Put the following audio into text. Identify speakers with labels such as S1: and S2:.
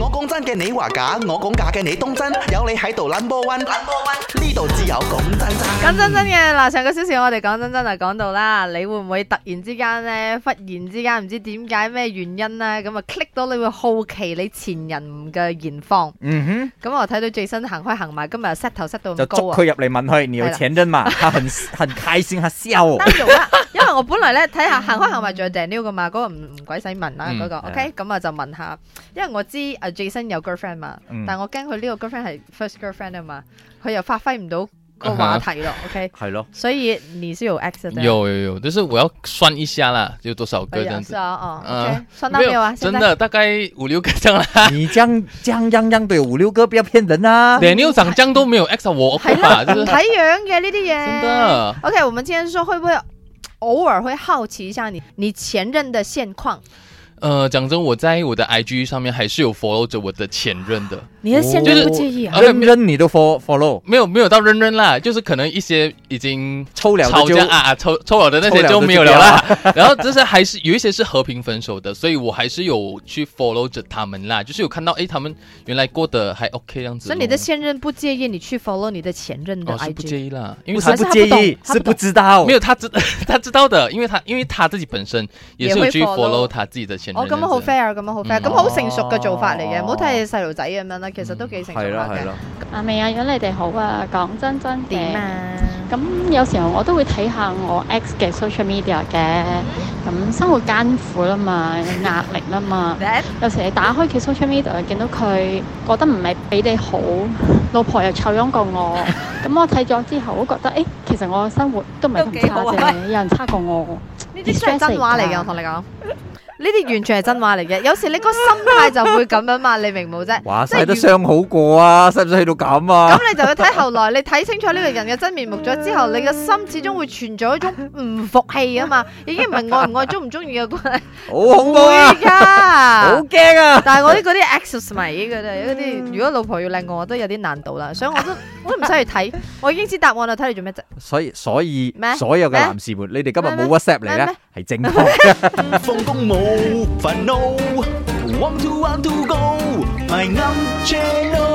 S1: 我講真嘅，你話假；我講假嘅，你當真。有你喺度 number one，number one，呢度只有講真真。
S2: 講真真嘅嗱，上個小時我哋講真真就講到啦，你會唔會突然之間咧，忽然之間唔知點解咩原因咧，咁啊 click 到你會好奇你前人嘅現況。
S3: 嗯
S2: 咁啊我睇到最新行開行埋，今日 set 頭 set 到
S3: 哼，就
S2: 咁
S3: 捉
S2: 高啊！
S3: 佢入嚟問佢，你有錢真嘛？他很 很開心，他笑。
S2: 單用啦，因為我本來咧睇下行開行埋仲有 Daniel 噶嘛，嗰個唔唔鬼使問啦，
S3: 嗯
S2: 嗰個
S3: 係啊
S2: OK，咁我就問下，因為我知阿 Jason 有 girlfriend 嘛
S3: 嗯，
S2: 但我驚佢呢個 girlfriend 係 first girlfriend 啊嘛，佢又發揮唔到
S3: 啊
S2: 個話題咯，OK，
S3: 係咯，
S2: 所以你是有 X 的，
S4: 有有有，但是我要算一下啦，有多少
S2: 哎
S4: 个这
S2: 呀，
S4: 样
S2: 是
S4: 子？
S2: 啊，哦
S4: 嗯
S2: ，OK，算到沒有啊？
S4: 真
S2: 現在，
S4: 的大概五六个 这样啦。
S3: 你這樣這樣樣樣都有五六個，不要騙人啊！
S4: Daniel 长这样都没有 X 啊，我 OK
S2: 係
S4: 吧？
S2: 啦，
S4: 就
S2: 唔
S4: 是
S2: 睇樣嘅呢啲嘢，
S4: 真的。
S2: OK，我们今天说会不会偶爾會好奇一下你你前任的現況，
S4: 呃，讲真，我在我的 IG 上面还是有 follow 着我的前任的，
S2: 你的現
S4: 就是
S3: 哦
S2: 任不介意啊？
S4: 啊
S3: 認真你都 follow follow，
S4: 没有没有到认认啦，就是可能一些已经
S3: 抽了
S4: 吵
S3: 的就
S4: 架啊啊，抽抽了的那
S3: 抽了
S4: 些
S3: 的
S4: 就没 有
S3: 就不
S4: 了
S3: 要
S4: 啦。 然后就是还是有一些是和平分手的，所以我还是有去 follow 着他们啦，就是有看到诶，他们原来过得还 OK 这样子咯。
S2: 所以你的现任不介意你去 follow 你的前任的
S4: 哦是不
S2: IG，、
S4: 介意啦，因
S3: 不
S4: 为
S3: 是
S4: 他
S2: 还是
S3: 不
S2: 他
S3: 介
S2: 不懂
S3: 意，
S2: 他不
S3: 是不
S2: 懂
S3: 知道。
S4: 没有他知 他知道的，因为他因为他自己本身也是有去
S2: 也会 follow
S4: follow 他自己的前任
S2: 哦
S4: 这样
S2: 咁
S4: 子。
S2: 啊好 fair，咁啊好 fair，
S4: 嗯
S2: 咁好成熟嘅做法嚟嘅，
S3: 哦
S2: 唔好睇你細路仔咁樣啦，其實都幾成熟啊
S3: 係啦
S2: 下
S3: 係
S2: 嘅。
S3: 啦，
S5: 阿美啊，如果你哋好啊，講真真嘅，
S2: 點啊？
S5: 咁有時候我都會睇下我 ex 嘅 social media 嘅，咁生活艱苦啦嘛，有壓力啦嘛，有時你打開佢 social media 見到佢覺得唔係比你好，老婆又醜樣過我，咁我睇咗之後，我都覺得誒、欸其實我嘅生活都唔係咁差
S2: 都幾好啊
S5: 啫，有人差過我。
S2: 呢啲真係真話嚟嘅，我同你講，呢啲完全係真話嚟嘅。有時你個心態就會咁樣嘛，你明冇 啫？
S3: 哇，
S2: 即係
S3: 使得
S2: 如
S3: 傷好過啊，使唔使去到咁啊？
S2: 咁你就要睇後來，你睇清楚呢個人嘅真面目咗之後，你嘅心始終會存在一種唔服氣啊 嘛，已經唔係愛唔愛、中唔中意嘅關係。
S3: 好恐怖啊
S2: 會！㗎
S3: 好驚啊！
S2: 但係我啲嗰啲 exes 迷嘅啫，嗰啲如果老婆要靚過我都有啲難度啦，所以我都我都唔使去睇，我已經知答案啦，睇你做咩啫？
S3: 所以所以
S2: 咩
S3: 所有嘅
S2: 咩
S3: 男士們，你哋今日
S2: 咩
S3: 冇 WhatsApp 嚟
S2: 咩
S3: 咧
S2: 咩，
S3: 係正確嘅。
S1: 放工冇煩惱，one two one two go，咪啱 channel。